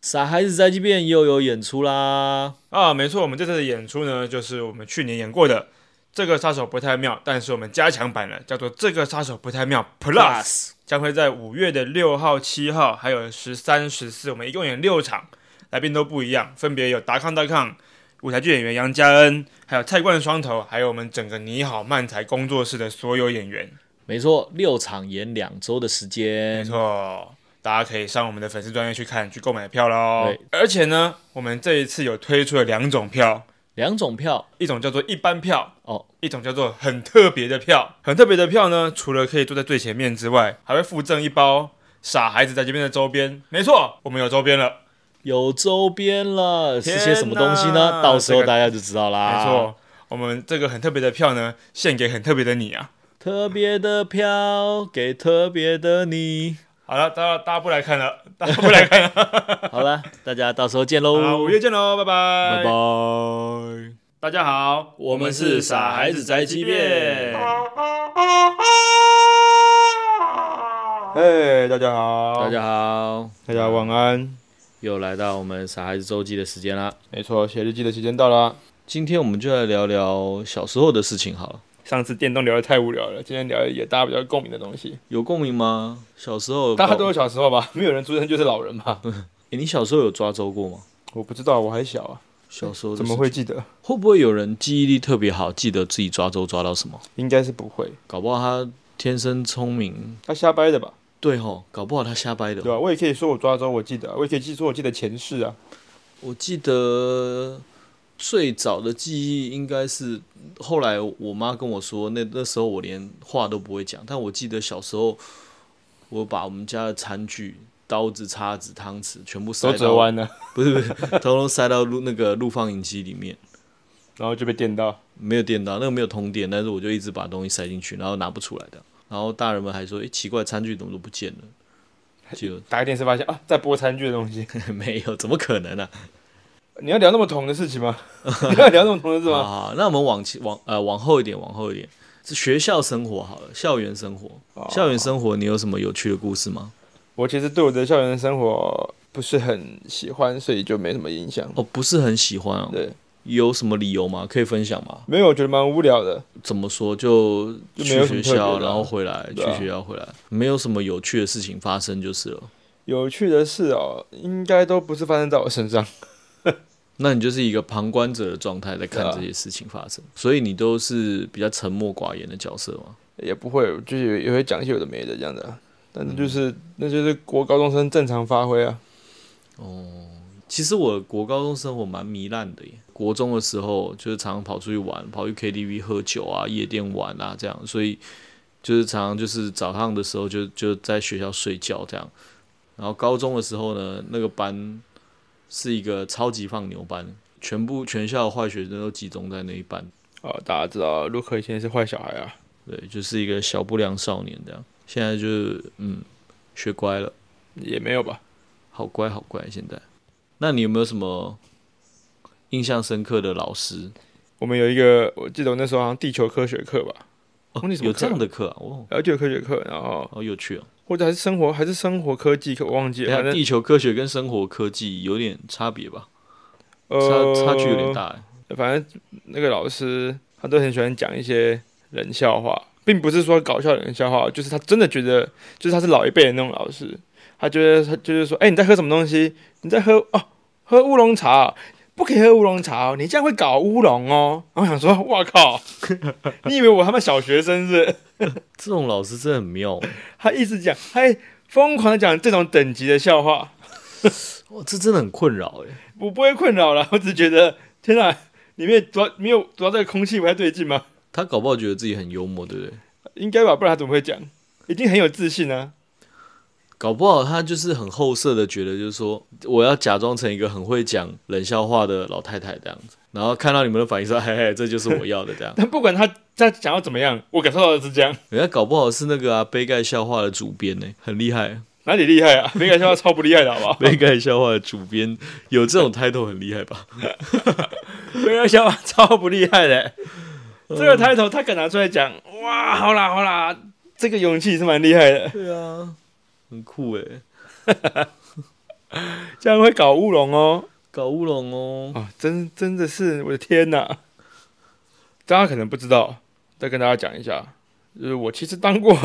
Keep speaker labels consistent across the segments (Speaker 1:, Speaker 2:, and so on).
Speaker 1: 傻孩子宅急便又有演出啦！
Speaker 2: 啊，没错，我们这次的演出呢，就是我们去年演过的《这个杀手不太妙》，但是我们加强版了，叫做《这个杀手不太妙 Plus》，将会在五月的六号、七号，还有十三、十四，我们一共演六场，来宾都不一样，分别有达康、达康、舞台剧演员杨佳恩，还有蔡冠双头，还有我们整个你好漫才工作室的所有演员。
Speaker 1: 没错，六场演两周的时
Speaker 2: 没
Speaker 1: 间，
Speaker 2: 错，大家可以上我们的粉丝专页去看，去购买票喽
Speaker 1: 对。
Speaker 2: 而且呢，我们这一次有推出了两种票，
Speaker 1: 两种票
Speaker 2: 一种叫做一般票，
Speaker 1: 哦，
Speaker 2: 一种叫做很特别的票。很特别的票呢，除了可以坐在最前面之外，还会附赠一包傻孩子在这边的周边。没错，我们有周边了，
Speaker 1: 有周边了，是
Speaker 2: 天
Speaker 1: 些什么东西呢？
Speaker 2: 哪
Speaker 1: 到时候
Speaker 2: 这个
Speaker 1: 大家就知道啦。
Speaker 2: 没错。我们这个很特别的票呢，献给很特别的你啊！
Speaker 1: 特别的票给特别的你。
Speaker 2: 好了，大家大家不来看了，大家不来 看了。
Speaker 1: 好 了，大家到时候见
Speaker 2: 好，
Speaker 1: 喽
Speaker 2: 五，月见喽，拜拜。
Speaker 1: 拜拜。
Speaker 2: 大家好，
Speaker 1: 我们是傻孩子宅急便
Speaker 2: 嘿，大家好，
Speaker 1: 大家好，
Speaker 2: 大家晚安。
Speaker 1: 又来到我们傻孩子周记的时间啦。
Speaker 2: 没错，写日记的时间到啦。
Speaker 1: 今天我们就来聊聊小时候的事情好了，
Speaker 2: 上次电动聊的太无聊了，今天聊一些大家比较有共鸣的东西。
Speaker 1: 有共鸣吗？小时候有
Speaker 2: 大家
Speaker 1: 搞
Speaker 2: 都有小时候吧？没 有人出生就是老人吧？
Speaker 1: 诶你小时候有抓周过吗？
Speaker 2: 我不知道，我还小啊，
Speaker 1: 小时候的
Speaker 2: 怎么
Speaker 1: 事
Speaker 2: 会记得？
Speaker 1: 会不会有人记忆力特别好，记得自己抓周抓到什么？
Speaker 2: 应该是不会，
Speaker 1: 搞不好他天生聪明，
Speaker 2: 他瞎掰的吧？
Speaker 1: 对吼，搞不好他瞎掰的
Speaker 2: 对。啊吧、我也可以说我抓周，我记得啊；我也可以记说我记得前世啊。
Speaker 1: 我记得最早的记忆应该是后来我妈跟我说，那那时候我连话都不会讲，但我记得小时候我把我们家的餐具。刀子、叉子、汤匙，全部塞
Speaker 2: 手折
Speaker 1: 到
Speaker 2: 弯了，
Speaker 1: 不是不是，通通塞到录那个录放影机里面，
Speaker 2: 然后就被电到。
Speaker 1: 没有电到，那个没有通电，但是我就一直把东西塞进去，然后拿不出来的。然后大人们还说：“诶，奇怪，餐具怎么都不见了？” 就
Speaker 2: 打开电视发现啊，在播餐具的 东西。
Speaker 1: 没有，怎么可能啊呢、
Speaker 2: 你要聊那么同的事 情吗？你要聊那么同的事
Speaker 1: 啊？
Speaker 2: 吗？
Speaker 1: 好好，那我们往前往呃往后一点，往后一点，是学校生活好了，校园生活，
Speaker 2: 哦
Speaker 1: 校园生活，你有什么有趣的故事吗？
Speaker 2: 我其实对我的校园生活不是很喜欢，所以就没什么印象。
Speaker 1: 哦，不是很喜欢哦，
Speaker 2: 对，
Speaker 1: 有什么理由吗？可以分享吗？
Speaker 2: 没有，我觉得蛮无聊的。
Speaker 1: 怎么说就去
Speaker 2: 就没有什
Speaker 1: 学
Speaker 2: 么特别的啊
Speaker 1: 校，然后回来，去
Speaker 2: 对啊
Speaker 1: 学校回来，没有什么有趣的事情发生就是了。
Speaker 2: 有趣的事哦，应该都不是发生在我身上。
Speaker 1: 那你就是一个旁观者的状态在看这些事情发生，所以你都是比较沉默寡言的角色嘛。
Speaker 2: 也不会，就是也也会讲一些有的没的这样的啊。但是就是、那就是国高中生正常发挥啊。
Speaker 1: 其实我国高中生活蛮糜烂的耶，国中的时候就是常常跑出去玩，跑去 KTV 喝酒啊、夜店玩啊这样，所以就是常常就是早上的时候就就在学校睡觉这样。然后高中的时候呢，那个班是一个超级放牛班，全部全校的坏学生都集中在那一班，
Speaker 2: 哦，大家知道陆克以前是坏小孩啊。
Speaker 1: 对，就是一个小不良少年这样。现在就是嗯，学乖了，
Speaker 2: 也没有吧？
Speaker 1: 好乖好乖。现在，那你有没有什么印象深刻的老师？
Speaker 2: 我们有一个，我记得我那时候好像地球科学课吧，
Speaker 1: 哦
Speaker 2: 忘记什么
Speaker 1: 有
Speaker 2: 课
Speaker 1: 这样的课啊？哦，
Speaker 2: 然后地球科学课，然后
Speaker 1: 好有趣哦。
Speaker 2: 或者还是生活还是生活科技课，我忘记
Speaker 1: 等
Speaker 2: 了。
Speaker 1: 下
Speaker 2: 反正
Speaker 1: 地球科学跟生活科技有点差别吧？差
Speaker 2: 呃
Speaker 1: 差距有点大哎。
Speaker 2: 反正那个老师他都很喜欢讲一些冷笑话，并不是说搞笑的冷笑话，就是他真的觉得，就是他是老一辈的那种老师，他觉得他就是说，哎、你在喝什么东西？你在喝哦，喝乌龙茶哦，不可以喝乌龙茶哦，你这样会搞乌龙哦。然后我想说，哇靠，你以为我他妈小学生是？
Speaker 1: 这种老师真的很妙哎，
Speaker 2: 他一直讲，他还疯狂的讲这种等级的笑话，
Speaker 1: 哇，哦这真的很困扰哎。
Speaker 2: 我不会困扰了，我只觉得天哪，里面主要没有主要这个空气不太对劲吗？
Speaker 1: 他搞不好觉得自己很幽默，对不对？
Speaker 2: 应该吧，不然他怎么会讲？一定很有自信啊！。
Speaker 1: 搞不好他就是很后设的，觉得就是说我要假装成一个很会讲冷笑话的老太太这样子，然后看到你们的反应说，嘿嘿，这就是我要的这样
Speaker 2: 但不管他他想要怎么样，我感受到的是这样，
Speaker 1: 人家搞不好是那个啊杯盖笑话的主编呢、很厉害。
Speaker 2: 哪里厉害啊？没敢笑话超不厉害的好不 好？
Speaker 1: 杯盖笑话的主编有这种 title 很厉害 吧？
Speaker 2: 没敢笑话超不厉害的、 这个抬头他敢拿出来讲，哇，好啦好啦，这个勇气是蛮厉害的。
Speaker 1: 对啊，很酷哎、
Speaker 2: 这样会搞乌龙哦。
Speaker 1: 搞乌龙哦。
Speaker 2: 啊，真真的是我的天呐！大家可能不知道，再跟大家讲一下，就是我其实当过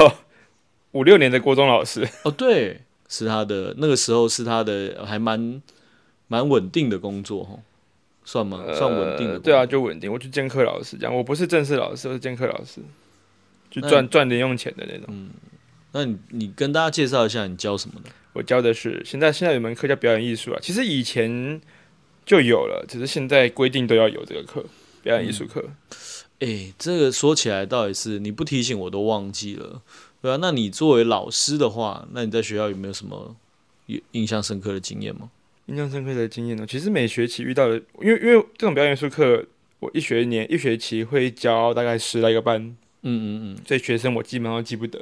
Speaker 2: 五六年的国中老师，
Speaker 1: 哦，对，是他的那个时候是他的还蛮蛮稳定的工作哦，算吗？算稳定的、
Speaker 2: 呃对啊，，就稳定。我去兼课老师，这样我不是正式老师，我是兼课老师，就赚赚零用钱的那种。
Speaker 1: 那你你跟大家介绍一下你教什么呢？
Speaker 2: 我教的是现在现在有门课叫表演艺术啊，其实以前就有了，只是现在规定都要有这个课，表演艺术课。
Speaker 1: 诶，这个说起来到底是你不提醒我都忘记了，对啊。那你作为老师的话，那你在学校有没有什么有印象深刻的经验吗？
Speaker 2: 印象深刻的经验呢，其实每学期遇到的，因为因为这种表演艺术课，我一学年一学期会教大概十来个班，
Speaker 1: 嗯嗯嗯，
Speaker 2: 所以学生我基本上都记不得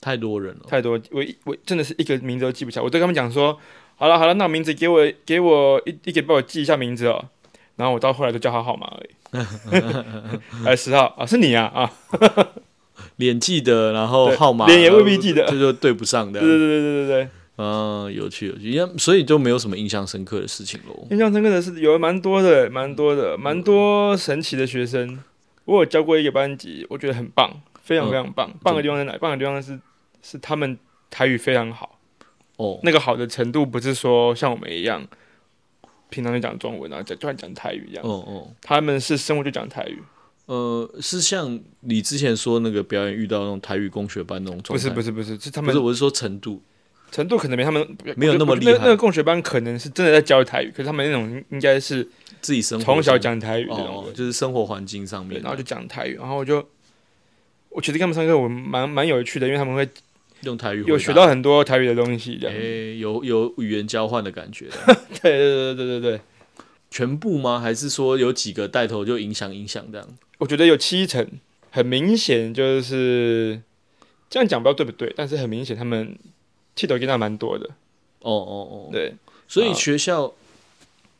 Speaker 1: 太多人了，
Speaker 2: 太多，我一我真的是一个名字都记不起来。我对他们讲说，好了好了，那名字给我给我一一个帮我记一下名字哦。然后我到后来都叫他号码而已， 哎十号啊是你啊啊，
Speaker 1: 脸记得，然后
Speaker 2: 对
Speaker 1: 号码
Speaker 2: 脸也未必记得
Speaker 1: 这就对不上的
Speaker 2: 对。啊对对对对对，
Speaker 1: 嗯，有趣有趣，因为所以就没有什么印象深刻的事情喽。
Speaker 2: 印象深刻的是有蛮多的，蛮多的，蛮多神奇的学生。我有教过一个班级，我觉得很棒，非常
Speaker 1: 嗯
Speaker 2: 非常棒。棒的地方在哪？棒的地方是是他们台语非常好，
Speaker 1: 哦，
Speaker 2: 那个好的程度不是说像我们一样，平常就讲中文然后啊讲突然讲台语一样，
Speaker 1: 哦哦，
Speaker 2: 他们是生活就讲台语，
Speaker 1: 呃，是像你之前说那个表演遇到那种台语公学班那种
Speaker 2: 不
Speaker 1: 状态，
Speaker 2: 是不
Speaker 1: 是
Speaker 2: 是不是，是他
Speaker 1: 不是，
Speaker 2: 们
Speaker 1: 我是说程度。
Speaker 2: 程度可能没他们
Speaker 1: 没有那么厉害
Speaker 2: 我觉得那个共学班可能是真的在教台语，可是他们那种应该是
Speaker 1: 自己生活
Speaker 2: 从小
Speaker 1: 中
Speaker 2: 讲台语这种
Speaker 1: 哦，就是生活环境上
Speaker 2: 对，
Speaker 1: 面
Speaker 2: 然后就讲台语，然后我就我觉得跟他们上课我蛮蛮有趣的，因为他们会
Speaker 1: 用台语回答
Speaker 2: 有学到很多台语的东西，这样。
Speaker 1: 诶、有有语言交换的感觉的，
Speaker 2: 对对对对对对，
Speaker 1: 全部吗？还是说有几个带头就影响影响这样？
Speaker 2: 我觉得有七成很明显就是这样讲，不知道对不对，但是很明显他们剃头跟他蛮多的，
Speaker 1: 哦哦哦，
Speaker 2: 对，
Speaker 1: 所
Speaker 2: 啊
Speaker 1: 以学校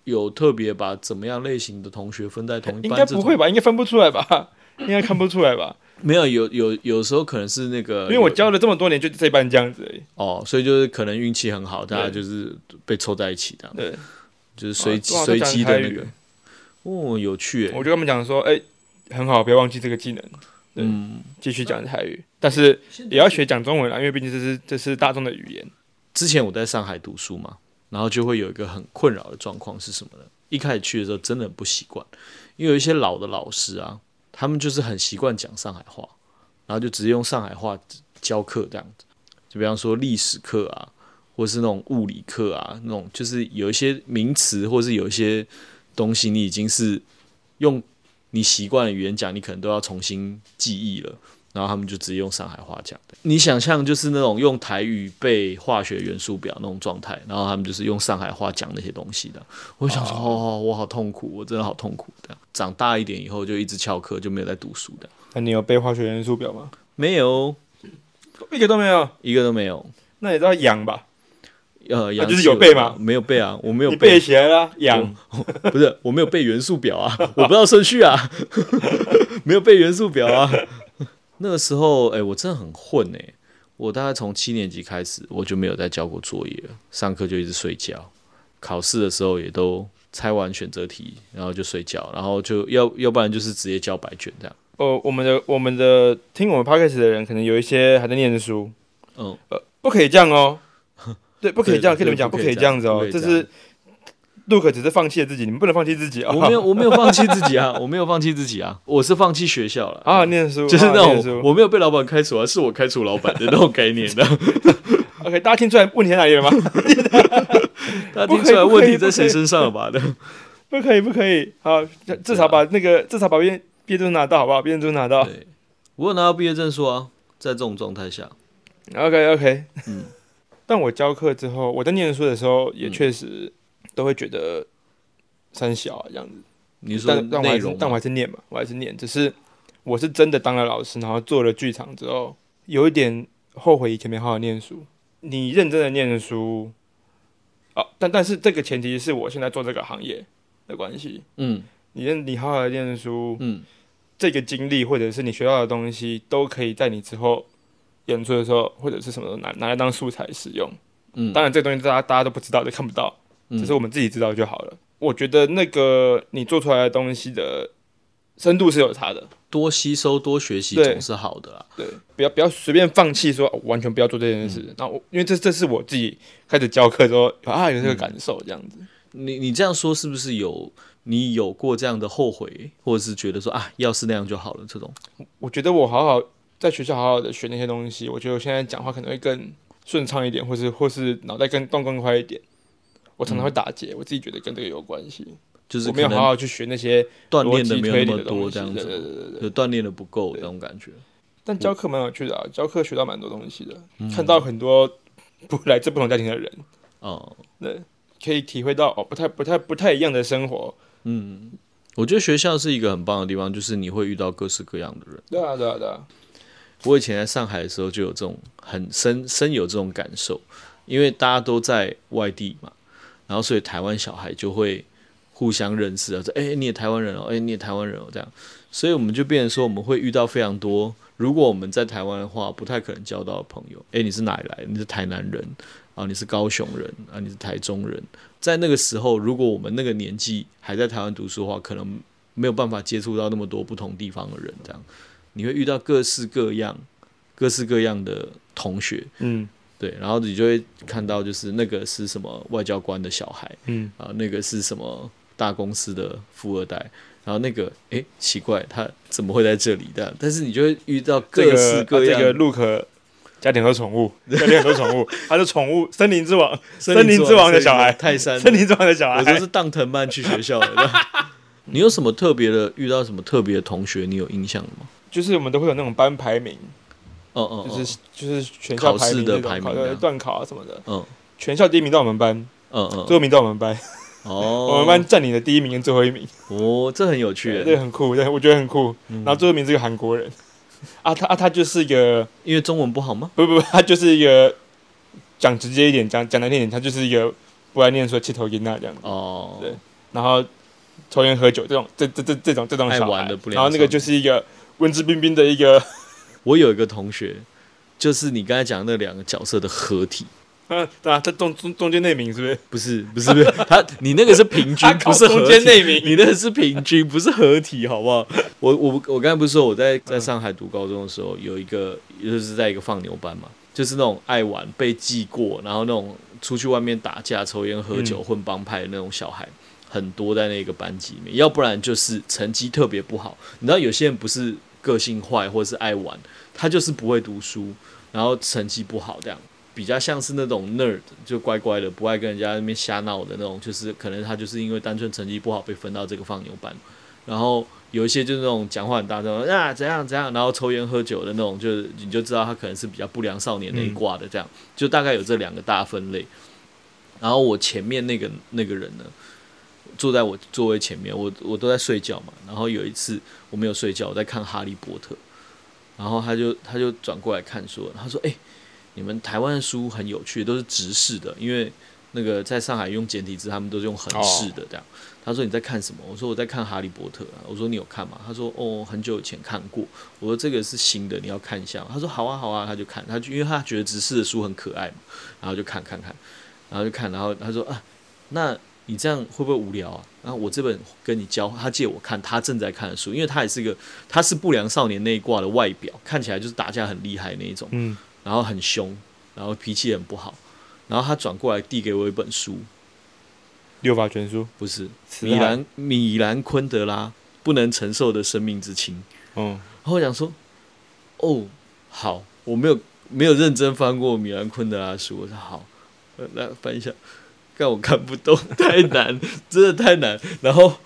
Speaker 1: 有特别把怎么样类型的同学分在哦同一
Speaker 2: 应
Speaker 1: 班？
Speaker 2: 该不会
Speaker 1: 吧？
Speaker 2: 吧？应该分不出来吧？应该看不出来吧？
Speaker 1: 没有，有有有时候可能是那个，
Speaker 2: 因为我教了这么多年，就这班这样子而已。
Speaker 1: 哦，所以就是可能运气很好，大家
Speaker 2: 对
Speaker 1: 就是被凑在一起的，
Speaker 2: 哦对，
Speaker 1: 就是随机
Speaker 2: 哇
Speaker 1: 随机的那
Speaker 2: 都讲
Speaker 1: 个。哦，有趣诶，
Speaker 2: 我就跟他们讲说，哎、很好，不要忘记这个技能，对
Speaker 1: 嗯，
Speaker 2: 继续讲台语，但是也要学讲中文啦，因为毕竟这是这是大众的语言。
Speaker 1: 之前我在上海读书嘛，然后就会有一个很困扰的状况是什么呢？一开始去的时候真的很不习惯，因为有一些老的老师啊，他们就是很习惯讲上海话，然后就直接用上海话教课这样子。就比方说历史课啊，或是那种物理课啊，那种就是有一些名词或是有一些东西，你已经是用你习惯的语言讲，你可能都要重新记忆了。然后他们就直接用上海话讲的。你想象就是那种用台语背化学元素表那种状态，然后他们就是用上海话讲那些东西的。我想说，哦我好痛苦，我真的好痛苦的。长大一点以后就一直翘课，就没有在读书的，
Speaker 2: 那你有背化学元素表吗？
Speaker 1: 没有
Speaker 2: 一个都没有，
Speaker 1: 一个都没有。
Speaker 2: 那你知道痒吧？
Speaker 1: 呃，杨
Speaker 2: 啊就是
Speaker 1: 希
Speaker 2: 有背吗
Speaker 1: 没有背嗯啊，我没有
Speaker 2: 你背起来了，痒。
Speaker 1: 不是，我没有背元素表啊， 我不知道顺序啊， 没有背元素表啊。 那个时候，哎、我真的很混哎、我大概从七年级开始，我就没有再交过作业了，上课就一直睡觉，考试的时候也都猜完选择题，然后就睡觉，然后就要要不然就是直接交白卷这样。
Speaker 2: 呃，我们的我们的听我们 podcast 的人，可能有一些还在念书，呃
Speaker 1: 嗯，
Speaker 2: 不可以这样 哦。对，不可以这样，
Speaker 1: 对
Speaker 2: 跟你们讲，
Speaker 1: 不
Speaker 2: 不
Speaker 1: 可
Speaker 2: 可
Speaker 1: 以
Speaker 2: 以
Speaker 1: 这
Speaker 2: 这
Speaker 1: 样
Speaker 2: 样子哦
Speaker 1: 不可。以
Speaker 2: 这
Speaker 1: 这样
Speaker 2: 是陆可只是放弃了自己，你们不能放弃自己啊、
Speaker 1: 我没有我没有放弃自己啊，我没有放弃自己啊，我是放弃学校了
Speaker 2: 啊，。念书
Speaker 1: 就是
Speaker 2: 啊
Speaker 1: 那
Speaker 2: 念
Speaker 1: 种
Speaker 2: 书。
Speaker 1: 我没有被老板开除啊，是我开除老板的那种 概念的。
Speaker 2: OK，大家听出来问题在哪里了吗？
Speaker 1: 大家听出来问题在谁身上了吧？
Speaker 2: 不可以，不可以。好，
Speaker 1: 啊
Speaker 2: 至少把那个至少把毕业毕业证拿到，好不好？毕业证拿到。
Speaker 1: 对，我有拿到毕业证书啊，在这种状态下，
Speaker 2: OK OK，
Speaker 1: 嗯
Speaker 2: 但我教课之后，我在念书的时候也确实都会觉得三小啊这样子，
Speaker 1: 你说
Speaker 2: 但但我
Speaker 1: 内
Speaker 2: 还是
Speaker 1: 容啊
Speaker 2: 但我
Speaker 1: 吗，
Speaker 2: 还是念嘛，我还是念，只是我是真的当了老师，然后做了剧场之后，有一点后悔以前没好好念书。你认真的念书，哦，但但是这个前提是我现在做这个行业的关系，
Speaker 1: 嗯
Speaker 2: 你认你好好的念书，
Speaker 1: 嗯，
Speaker 2: 这个经历或者是你学到的东西，都可以在你之后演出的时候或者是什么时候拿拿来当素材使用。
Speaker 1: 嗯
Speaker 2: 当然这个东西大家大家都不知道，都看不到，只是我们自己知道就好了。我觉得那个你做出来的东西的深度是有差的，
Speaker 1: 多吸收、多学习
Speaker 2: 对
Speaker 1: 总是好的啦。
Speaker 2: 对，不要不要随便放弃说哦完全不要做这件事。
Speaker 1: 嗯
Speaker 2: 那我因为这这是我自己开始教课之后啊
Speaker 1: 嗯
Speaker 2: 有这个感受这样子。
Speaker 1: 你你这样说是不是有你有过这样的后悔，或者是觉得说啊，要是那样就好了这种？
Speaker 2: 我觉得我好好在学校好好的学那些东西，我觉得我现在讲话可能会更顺畅一点，或是或是脑袋更动更快一点。我常常会打结，我自己觉得跟这个有关系。
Speaker 1: 就是
Speaker 2: 我没
Speaker 1: 嗯
Speaker 2: 有
Speaker 1: 可
Speaker 2: 好
Speaker 1: 能
Speaker 2: 好去学那些
Speaker 1: 锻炼
Speaker 2: 逻辑
Speaker 1: 没
Speaker 2: 推
Speaker 1: 有
Speaker 2: 理
Speaker 1: 那么
Speaker 2: 的东
Speaker 1: 多
Speaker 2: 西
Speaker 1: 这样
Speaker 2: 对对
Speaker 1: 子，就锻炼的不够那种感觉。
Speaker 2: 但教课蛮有趣的啊，教课学到蛮多东西的，
Speaker 1: 嗯
Speaker 2: 看到很多不来自不同家庭的人，
Speaker 1: 哦、
Speaker 2: 对，可以体会到哦，不太不太不太一样的生活。
Speaker 1: 我觉得学校是一个很棒的地方，就是你会遇到各式各样的人。
Speaker 2: 对啊，对啊，对啊，
Speaker 1: 我以前在上海的时候就有这种很深深有这种感受，因为大家都在外地嘛，然后所以台湾小孩就会互相认识啊，说哎、你也台湾人哦，哎、你也台湾人哦这样，所以我们就变成说我们会遇到非常多，如果我们在台湾的话，不太可能交到的朋友。哎、你是哪里来？你是台南人啊？你是高雄人啊？你是台中人？在那个时候，如果我们那个年纪还在台湾读书的话，可能没有办法接触到那么多不同地方的人这样。你会遇到各式各样、各式各样的同学，
Speaker 2: 嗯
Speaker 1: 对，然后你就会看到，就是那个是什么外交官的小孩
Speaker 2: 嗯，
Speaker 1: 啊，那个是什么大公司的富二代，然后那个诶，奇怪，他怎么会在这里的？但是你就会遇到
Speaker 2: 这
Speaker 1: 各
Speaker 2: 个
Speaker 1: 式
Speaker 2: 啊
Speaker 1: 各样
Speaker 2: 这个陆可家庭和宠物，家庭很多宠物，他是宠物森林之王，森林之王的小孩
Speaker 1: 森林之 王泰山
Speaker 2: 森林之王的小
Speaker 1: 我就
Speaker 2: 孩。
Speaker 1: 是当藤蔓去学校的。你有什么特别的？遇到什么特别的同学？你有印象的吗？
Speaker 2: 就是我们都会有那种班排名，
Speaker 1: 哦哦，
Speaker 2: 就
Speaker 1: 哦
Speaker 2: 是就是全校
Speaker 1: 考试
Speaker 2: 排名
Speaker 1: 的
Speaker 2: 这种
Speaker 1: 排名
Speaker 2: 考
Speaker 1: 这
Speaker 2: 对
Speaker 1: 样
Speaker 2: 段考啊什么的，
Speaker 1: 嗯
Speaker 2: 全校第一名到我们班，
Speaker 1: 嗯嗯
Speaker 2: 最后一名到我们班，
Speaker 1: 哦，
Speaker 2: 我们班占领了第一名跟最后一名。
Speaker 1: 哦，这很有趣
Speaker 2: 对，
Speaker 1: 耶，
Speaker 2: 这个很酷，对，我觉得很酷。
Speaker 1: 嗯
Speaker 2: 然后最后名字一个韩国人，啊，他啊他就是一个，
Speaker 1: 因为中文不好吗？
Speaker 2: 不不不，他就是一个，讲直接一点，讲讲难听一点，他就是一个不爱念书、气头烟那这样，
Speaker 1: 哦，
Speaker 2: 对然后抽烟喝酒这种，这这这这种这种
Speaker 1: 爱
Speaker 2: 小孩
Speaker 1: 玩的不良
Speaker 2: 然后那个
Speaker 1: 少年
Speaker 2: 就是一个文质彬彬的一个，
Speaker 1: 我有一个同学，就是你刚才讲那两个角色的合体，
Speaker 2: 啊，对啊，他中中中间那名是不是？
Speaker 1: 不 是不是不是，他你那个是平均
Speaker 2: 他，搞
Speaker 1: 不是合
Speaker 2: 中间
Speaker 1: 体，
Speaker 2: 那名，
Speaker 1: 你那个是平均，不是合体，好不好？我我我刚才不是说我在在上海读高中的时候，有一个就是在一个放牛班嘛，就是那种爱玩被记过，然后那种出去外面打架、抽烟、喝酒、混帮派的那种小孩。很多在那个班级里面，要不然就是成绩特别不好。你知道有些人不是个性坏，或者是爱玩，他就是不会读书，然后成绩不好，这样比较像是那种 nerd，就乖乖的，不爱跟人家那边瞎闹的那种。就是可能他就是因为单纯成绩不好被分到这个放牛班，然后有一些就是那种讲话很大声啊怎样怎样，然后抽烟喝酒的那种，就是你就知道他可能是比较不良少年那一挂的这样，就大概有这两个大分类。然后我前面那个那个人呢，坐在我座位前面，我我都在睡觉嘛。然后有一次我没有睡觉，我在看《哈利波特》，然后他就他就转过来看说，他说：“哎、你们台湾的书很有趣，都是直视的，因为那个在上海用简体字，他们都是用横式的这样。他说：“你在看什么？”我说：“我在看《哈利波特》啊。”我说：“你有看吗？”他说：“哦，很久以前看过。”我说：“这个是新的，你要看一下吗。”他说：“好啊，好啊。”他就看，他就因为他觉得直视的书很可爱嘛，然后就看看看，然后就看，然后他说：“啊，那你这样会不会无聊啊？”然后我这本跟你交，他借我看他正在看的书，因为他也是一个他是不良少年那一挂的外表，看起来就是打架很厉害那一种，
Speaker 2: 嗯，
Speaker 1: 然后很凶，然后脾气很不好，然后他转过来递给我一本书，
Speaker 2: 六法全书，
Speaker 1: 不是
Speaker 2: 慈
Speaker 1: 米
Speaker 2: 爱，
Speaker 1: 兰米兰昆德拉不能承受的生命之轻。
Speaker 2: 嗯，
Speaker 1: 然后我想说，哦，好，我没有没有认真翻过米兰昆德拉的书，我说好，呃那翻一下，但我看不懂， 太难，真的太难。然后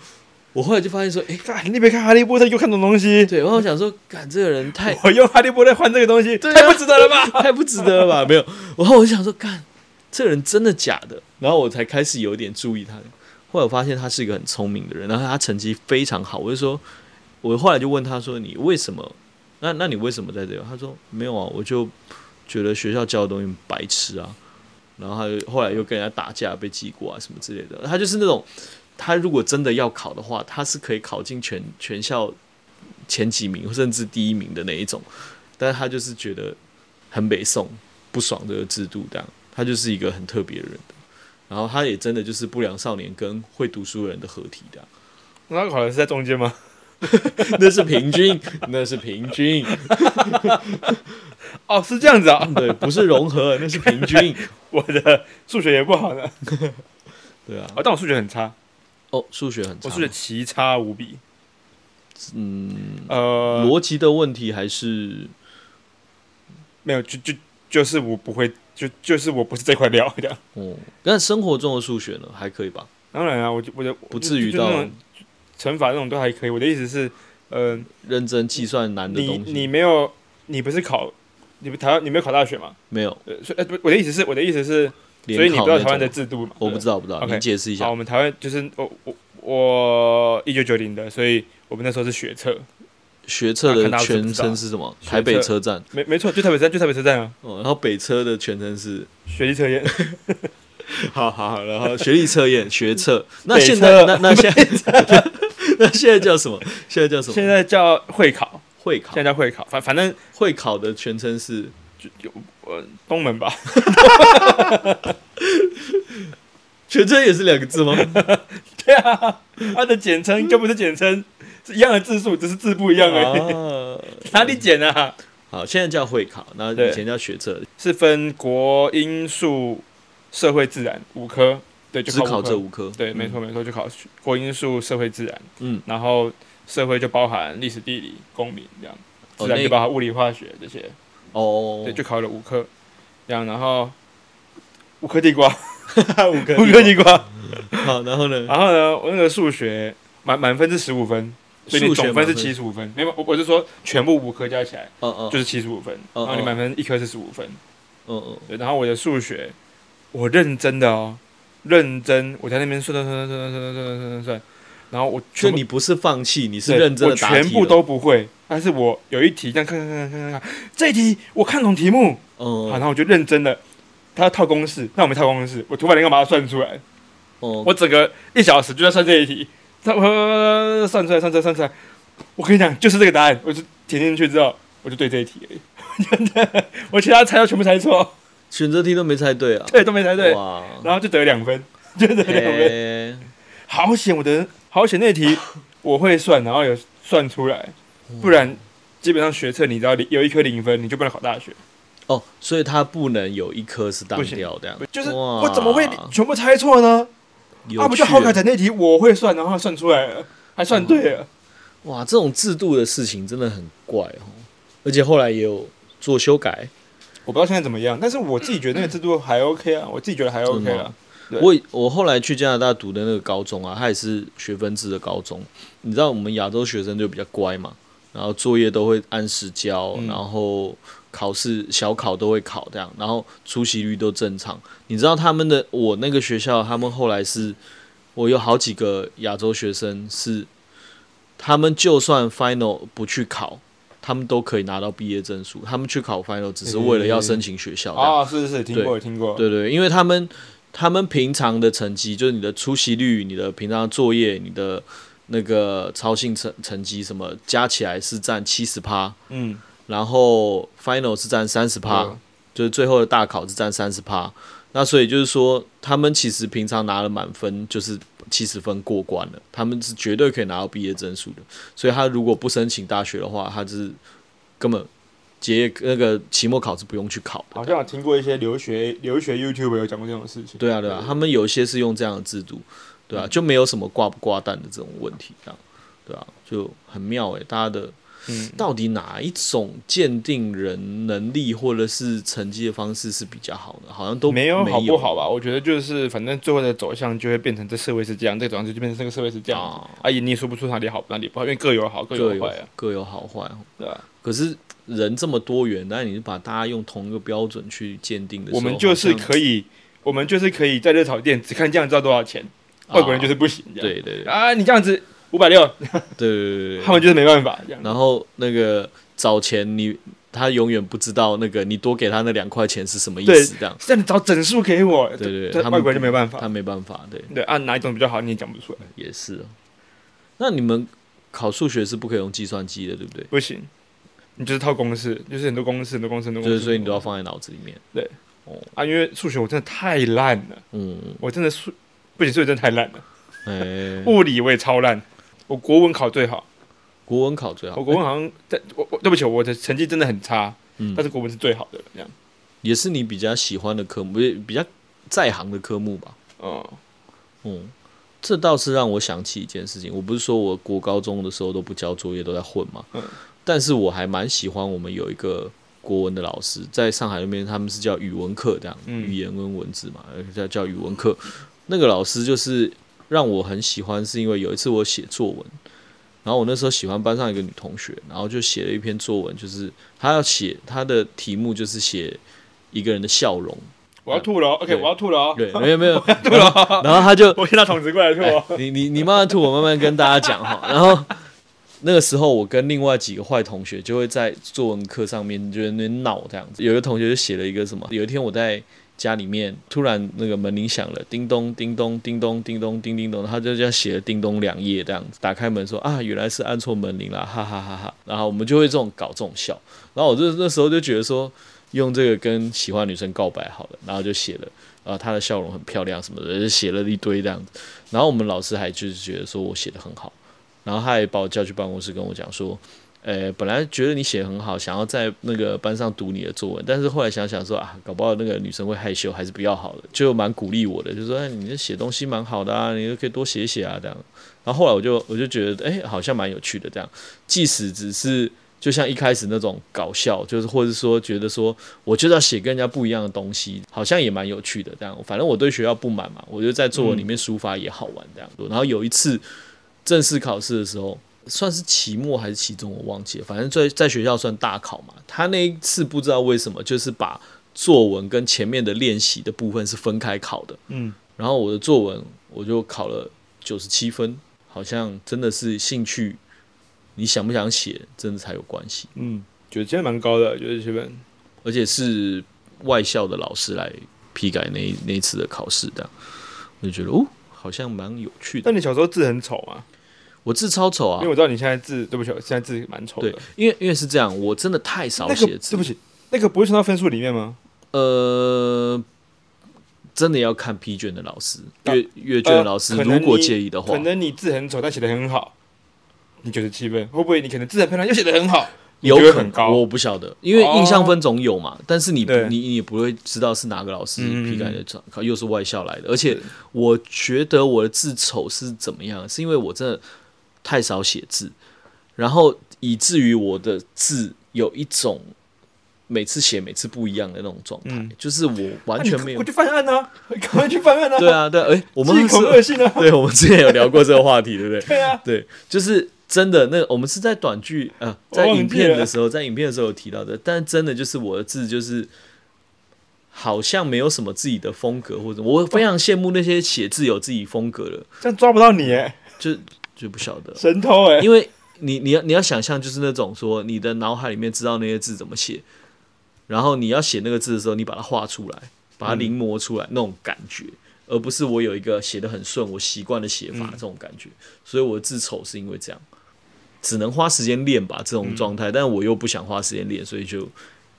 Speaker 1: 我后来就发现说，诶，
Speaker 2: 干你别看哈利波特又看懂东西，
Speaker 1: 对，然后我想说，干这个人太
Speaker 2: 我用哈利波特哎换这个东西，
Speaker 1: 对啊
Speaker 2: 太不值得了 吧？
Speaker 1: 太不值得了吧？没有，然后我就想说，干，这人真的假的？然后我才开始有点注意他。后来我发现他是一个很聪明的人，然后他成绩非常好。我就说，我后来就问他说：“你为什么？那那你为什么在这里？”他说：“没有啊，我就觉得学校教的东西很白痴啊。”然后他就后来又跟人家打架，被记过啊什么之类的。他就是那种，他如果真的要考的话，他是可以考进全全校前几名甚至第一名的那一种。但是他就是觉得很北宋，不爽这个制度这样。他就是一个很特别的人然后他也真的就是不良少年跟会读书人的合体的啊、
Speaker 2: 那好像是在中间吗？
Speaker 1: 那是平均， 那是平均，
Speaker 2: 哦，是这样子啊，
Speaker 1: 对，不是融合，那是平均，
Speaker 2: 我的数学也不好呢，
Speaker 1: 对啊。
Speaker 2: 哦，但我数学很差，
Speaker 1: 哦，数学很差
Speaker 2: 我，数学奇差无比。
Speaker 1: 嗯，
Speaker 2: 呃，
Speaker 1: 逻辑的问题还是
Speaker 2: 没有，就就就是我不会，就就是我不是这块料这样。
Speaker 1: 哦，但生活中的数学呢，还可以吧，
Speaker 2: 当然啊，我就我就
Speaker 1: 不至于
Speaker 2: 就就
Speaker 1: 到
Speaker 2: 那种惩罚那种都还可以。我的意思是，嗯、
Speaker 1: 认真计算难的
Speaker 2: 你
Speaker 1: 东西。
Speaker 2: 你没有，你不是考，你不台湾你没有考大学嘛？
Speaker 1: 没有
Speaker 2: 呃，所以呃不，我的意思是，我的意思是，
Speaker 1: 联
Speaker 2: 所以你
Speaker 1: 考
Speaker 2: 不知道
Speaker 1: 那
Speaker 2: 台湾的
Speaker 1: 种，
Speaker 2: 制度嘛？
Speaker 1: 我不知道，我不知道，
Speaker 2: OK，
Speaker 1: 你解释一
Speaker 2: 好，
Speaker 1: 下
Speaker 2: 我。们台湾就是我我我一九九零的，所以我们那时候是学测，
Speaker 1: 学测
Speaker 2: 啊看
Speaker 1: 的
Speaker 2: 大家知不
Speaker 1: 全
Speaker 2: 知道
Speaker 1: 称是什么？
Speaker 2: 学测
Speaker 1: 台北车站。
Speaker 2: 没没错，就台北车站，就台北车站啊，
Speaker 1: 哦，然后北车的全称是，
Speaker 2: 学历测验。
Speaker 1: 好好好，然后学历测验学 测。那现
Speaker 2: 北
Speaker 1: 在
Speaker 2: 车
Speaker 1: 那那现在 那现在叫什么？现在叫什
Speaker 2: 现
Speaker 1: 么？
Speaker 2: 在叫会考，
Speaker 1: 会考
Speaker 2: 现。在叫会考，反反正
Speaker 1: 会考的全称是
Speaker 2: 东门吧，
Speaker 1: 全称也是两个字 吗？
Speaker 2: 对啊，它的简称就不是简称，是一样的字数，只是字不一样而已。
Speaker 1: 啊，
Speaker 2: 哪里简啊？
Speaker 1: 好，现在叫会考，那
Speaker 2: 对
Speaker 1: 以前叫学测，
Speaker 2: 是分国英数社会自然五科，对，就
Speaker 1: 只考
Speaker 2: 五科
Speaker 1: 这五科。
Speaker 2: 对，
Speaker 1: 嗯
Speaker 2: 没错。没错，就考国英数社会自然，
Speaker 1: 嗯，
Speaker 2: 然后社会就包含历史地理、公民这样，
Speaker 1: 哦
Speaker 2: 自然
Speaker 1: 那
Speaker 2: 就包含物理化学这些，
Speaker 1: 哦，
Speaker 2: 对，就考了五科，这样，然后五颗地瓜，
Speaker 1: 五科
Speaker 2: 五啊颗地瓜，
Speaker 1: 好，然后呢？
Speaker 2: 然后呢，我那个数学满满分是十五分，所以你
Speaker 1: 数学
Speaker 2: 总分是
Speaker 1: 满
Speaker 2: 七，十五分，没有，我我是说全部五科加起来
Speaker 1: 嗯嗯，
Speaker 2: 就是七十五分，
Speaker 1: 哦
Speaker 2: 然后你
Speaker 1: 哦
Speaker 2: 满分一科是十五分，
Speaker 1: 嗯嗯，
Speaker 2: 对，然后我的数学，我认真的哦，认真，我在那边算算算算算算算算算算算，然后我
Speaker 1: 就
Speaker 2: 全部
Speaker 1: 你不是放弃，你是
Speaker 2: 对
Speaker 1: 认真
Speaker 2: 我
Speaker 1: 的答
Speaker 2: 全
Speaker 1: 题
Speaker 2: 部
Speaker 1: 了，
Speaker 2: 都不会，但是我有一题这样看看看看看看，这一题我看懂题目，好，
Speaker 1: 嗯，
Speaker 2: 然后我就认真的，他要套公式，那我没套公式，我图板应该把它算出来，
Speaker 1: 哦，
Speaker 2: 我整个一小时就在算这一题，算呃算出来算出来算出来，我跟你讲就是这个答案，我就填进去之后我就对这一题而已， 真的，我其他猜到全部猜错，
Speaker 1: 选择题都没猜对啊，
Speaker 2: 对，都没猜对，
Speaker 1: 哇，
Speaker 2: 然后就得两分，就得两分。
Speaker 1: 嘿
Speaker 2: 好险我的好险那 题我会算，然后有算出来，
Speaker 1: 嗯
Speaker 2: 不然基本上学测你只要零有一科零分，你就不能考大学。
Speaker 1: 哦，所以他不能有一科是当掉这样，
Speaker 2: 就是
Speaker 1: 哇
Speaker 2: 我怎么会全部猜错呢？
Speaker 1: 有
Speaker 2: 啊，不就
Speaker 1: 趣嗯
Speaker 2: 好凯仔那题我会算，然后算出来了，还算对了。
Speaker 1: 哇，这种制度的事情真的很怪哦，而且后来也有做修改，
Speaker 2: 我不知道现在怎么样，但是我自己觉得那个制度还 OK
Speaker 1: 嗯
Speaker 2: 啊，我自己觉得还 OK 啊。对
Speaker 1: 我以我后来去加拿大读的那个高中啊，它也是学分制的高中。你知道我们亚洲学生就比较乖嘛，然后作业都会按时交，
Speaker 2: 嗯
Speaker 1: 然后考试小考都会考这样，然后出席率都正常。你知道他们的我那个学校，他们后来是，我有好几个亚洲学生是，他们就算 final 不去考。他们都可以拿到毕业证书，他们去考 final 只是为了要申请学校这样。
Speaker 2: 啊，是是是，听过听过。
Speaker 1: 对对，因为他们他们平常的成绩，就是你的出席率、你的平常作业、你的那个操性成成绩什么，加起来是占七十趴，
Speaker 2: 嗯，
Speaker 1: 然后 final 是占三十趴，
Speaker 2: 嗯
Speaker 1: 就是最后的大考是占三十趴。那所以就是说，他们其实平常拿了满分，就是七十分过关了，他们是绝对可以拿到毕业证书的。所以他如果不申请大学的话，他就是根本结业那个期末考是不用去考的
Speaker 2: 好。像有听过一些留学留学 YouTube 有讲过这种事情。
Speaker 1: 对啊，对啊，他们有一些是用这样的制度，对啊，就没有什么挂不挂蛋的这种问题，这样，对啊，就很妙诶、大家的
Speaker 2: 嗯，
Speaker 1: 到底哪一种鉴定人能力或者是成绩的方式是比较好的？好像都
Speaker 2: 没
Speaker 1: 有
Speaker 2: 有好不好吧？我觉得就是，反正最后的走向就会变成这社会是这样，这走向就变成这个社会是这样子。
Speaker 1: 啊，
Speaker 2: 阿姨，你也说不出哪里好哪里不好，因为各有好，各
Speaker 1: 各
Speaker 2: 有
Speaker 1: 有
Speaker 2: 坏啊，
Speaker 1: 各有好坏哦。
Speaker 2: 对吧？
Speaker 1: 可是人这么多元，但你是把大家用同一个标准去鉴定的时候，
Speaker 2: 我们就是
Speaker 1: 好像
Speaker 2: 可以，我们就是可以在热炒店只看这样知道多少钱，外国人就是不行。这样
Speaker 1: 对对对
Speaker 2: 啊，你这样子五百六，
Speaker 1: 对对对
Speaker 2: 他们就是没办法这样。
Speaker 1: 然后那个找钱你。他永远不知道那个你多给他那两块钱是什么意
Speaker 2: 对
Speaker 1: 思，这样。
Speaker 2: 这样你找整数给我，
Speaker 1: 对对
Speaker 2: 这
Speaker 1: 对，
Speaker 2: 这
Speaker 1: 他
Speaker 2: 外
Speaker 1: 们
Speaker 2: 国人就没办法。
Speaker 1: 他没办法，对，
Speaker 2: 对啊，哪一种比较好，你也讲不出来，
Speaker 1: 也是哦。那你们考数学是不可以用计算机的，对不对？
Speaker 2: 不行。你就是套公式，就是很多公式，很多公式，很多公
Speaker 1: 就
Speaker 2: 式，
Speaker 1: 是所以你都要放在脑子里面。
Speaker 2: 对，
Speaker 1: 哦
Speaker 2: 啊，因为数学我真的太烂了，
Speaker 1: 嗯，
Speaker 2: 我真的数不仅数学真的太烂了，
Speaker 1: 哎、
Speaker 2: 物理我也超烂，我国文考最好，
Speaker 1: 国文考最好哎
Speaker 2: 我，哦国文好像在我我对不起，我的成绩真的很差，
Speaker 1: 嗯
Speaker 2: 但是国文是最好的这样，
Speaker 1: 也是你比较喜欢的科目，也比较在行的科目吧。
Speaker 2: 嗯，
Speaker 1: 嗯，这倒是让我想起一件事情。我不是说我国高中的时候都不交作业，都在混嘛。
Speaker 2: 嗯。
Speaker 1: 但是我还蛮喜欢我们有一个国文的老师，在上海那边他们是叫语文课，这样、
Speaker 2: 嗯
Speaker 1: 语言跟文字嘛，呃叫叫语文课。那个老师就是让我很喜欢，是因为有一次我写作文，然后我那时候喜欢班上一个女同学，然后就写了一篇作文，就是她要写她的题目就是写一个人的笑容，
Speaker 2: 我要吐了哦，OK，
Speaker 1: 哎对
Speaker 2: 我要吐了哦，
Speaker 1: 对，没有没有， 然后然后她就
Speaker 2: 我先拿桶子过来吐哦，
Speaker 1: 哎你你你慢慢吐，我慢慢跟大家讲哈。然后那个时候，我跟另外几个坏同学就会在作文课上面就在那边闹这样子。有一个同学就写了一个什么，有一天我在家里面，突然那个门铃响了，叮咚叮咚叮咚叮咚叮叮咚，他就这样写了叮咚两页这样子。打开门说啊，原来是按错门铃啦，哈哈哈哈。然后我们就会这种搞这种笑。然后我就那时候就觉得说，用这个跟喜欢的女生告白好了，然后就写了。啊，她的笑容很漂亮什么的，就写了一堆这样子。然后我们老师还就是觉得说我写的很好，然后他还把我叫去办公室跟我讲说，呃，本来觉得你写得很好，想要在那个班上读你的作文，但是后来想想说啊，搞不好那个女生会害羞，还是不要好了，就蛮鼓励我的，就说、哎、你这写东西蛮好的啊，你就可以多写一写啊这样。然后后来我就我就觉得，哎，好像哎蛮有趣的这样，即使只是。就像一开始那种搞笑，就是或者说觉得说我就要写跟人家不一样的东西，好像也蛮有趣的。这样，反正我对学校不满嘛，我就在作文里面抒发也好玩这样。然后有一次正式考试的时候，算是期末还是期中，我忘记了，反正在在学校算大考嘛。他那一次不知道为什么，就是把作文跟前面的练习的部分是分开考的。
Speaker 2: 嗯，
Speaker 1: 然后我的作文我就考了九十七分，好像真的是兴趣，你想不想写，真的才有关系。
Speaker 2: 嗯，觉得今天蛮高的，觉得这边
Speaker 1: 而且是外校的老师来批改那一那一次的考试的，我就觉得哦，好像蛮有趣的。
Speaker 2: 但你小时候字很丑啊，
Speaker 1: 我字超丑
Speaker 2: 因
Speaker 1: 啊
Speaker 2: 为，我知道你现在字，对不起，我现在字蛮丑的
Speaker 1: 对，，因为因为是这样，我真的太
Speaker 2: 那
Speaker 1: 少
Speaker 2: 个
Speaker 1: 写
Speaker 2: 对
Speaker 1: 字
Speaker 2: 不，起，那个不会算到分数里面吗？
Speaker 1: 呃，真的要看批卷的老师，
Speaker 2: 啊
Speaker 1: 阅阅卷的老师
Speaker 2: 可能
Speaker 1: 如果
Speaker 2: 你
Speaker 1: 介意的话
Speaker 2: 可，能你字很丑，但写的很好，你九十七分，会不会你可能字很漂亮又写的很好，你
Speaker 1: 有
Speaker 2: 就会
Speaker 1: 可
Speaker 2: 很
Speaker 1: 能
Speaker 2: 高？哦
Speaker 1: 我不晓得，因为印象分总有嘛，但是你不
Speaker 2: 对
Speaker 1: 你你也不会知道是哪个老师
Speaker 2: 嗯
Speaker 1: 批改的，又是外校来的，而且我觉得我的字丑是怎么样，是因为我真的太少写字，然后以至于我的字有一种每次写每次不一样的那种状态，就是我完全没
Speaker 2: 嗯那你
Speaker 1: 有
Speaker 2: 我。去犯案啊， 赶快去犯案啊！
Speaker 1: 对啊，对啊，哎、我们
Speaker 2: 是一口恶
Speaker 1: 是，
Speaker 2: 性啊！
Speaker 1: 对，我们之前有聊过这个话题，对不对？
Speaker 2: 对啊，
Speaker 1: 对，就是真的。那我们是在短剧啊，
Speaker 2: 我
Speaker 1: 在
Speaker 2: 忘
Speaker 1: 影
Speaker 2: 记
Speaker 1: 片的
Speaker 2: 了
Speaker 1: 时候，在影片的时候有提到的，但真的就是我的字就是好像没有什么自己的风格，或者我非常羡慕那些写字有自己风格的，
Speaker 2: 这样抓不到你，哎，
Speaker 1: 就就不晓得，
Speaker 2: 神偷哎！
Speaker 1: 因为你你要你要想象就是那种说你的脑海里面知道那些字怎么写，然后你要写那个字的时候，你把它画出来，把它临摹出来、那种感觉。而不是我有一个写的很顺，我习惯的写法
Speaker 2: 嗯
Speaker 1: 这种感觉，所以我的字丑是因为这样，只能花时间练吧这
Speaker 2: 嗯
Speaker 1: 种状态，但我又不想花时间练，所以就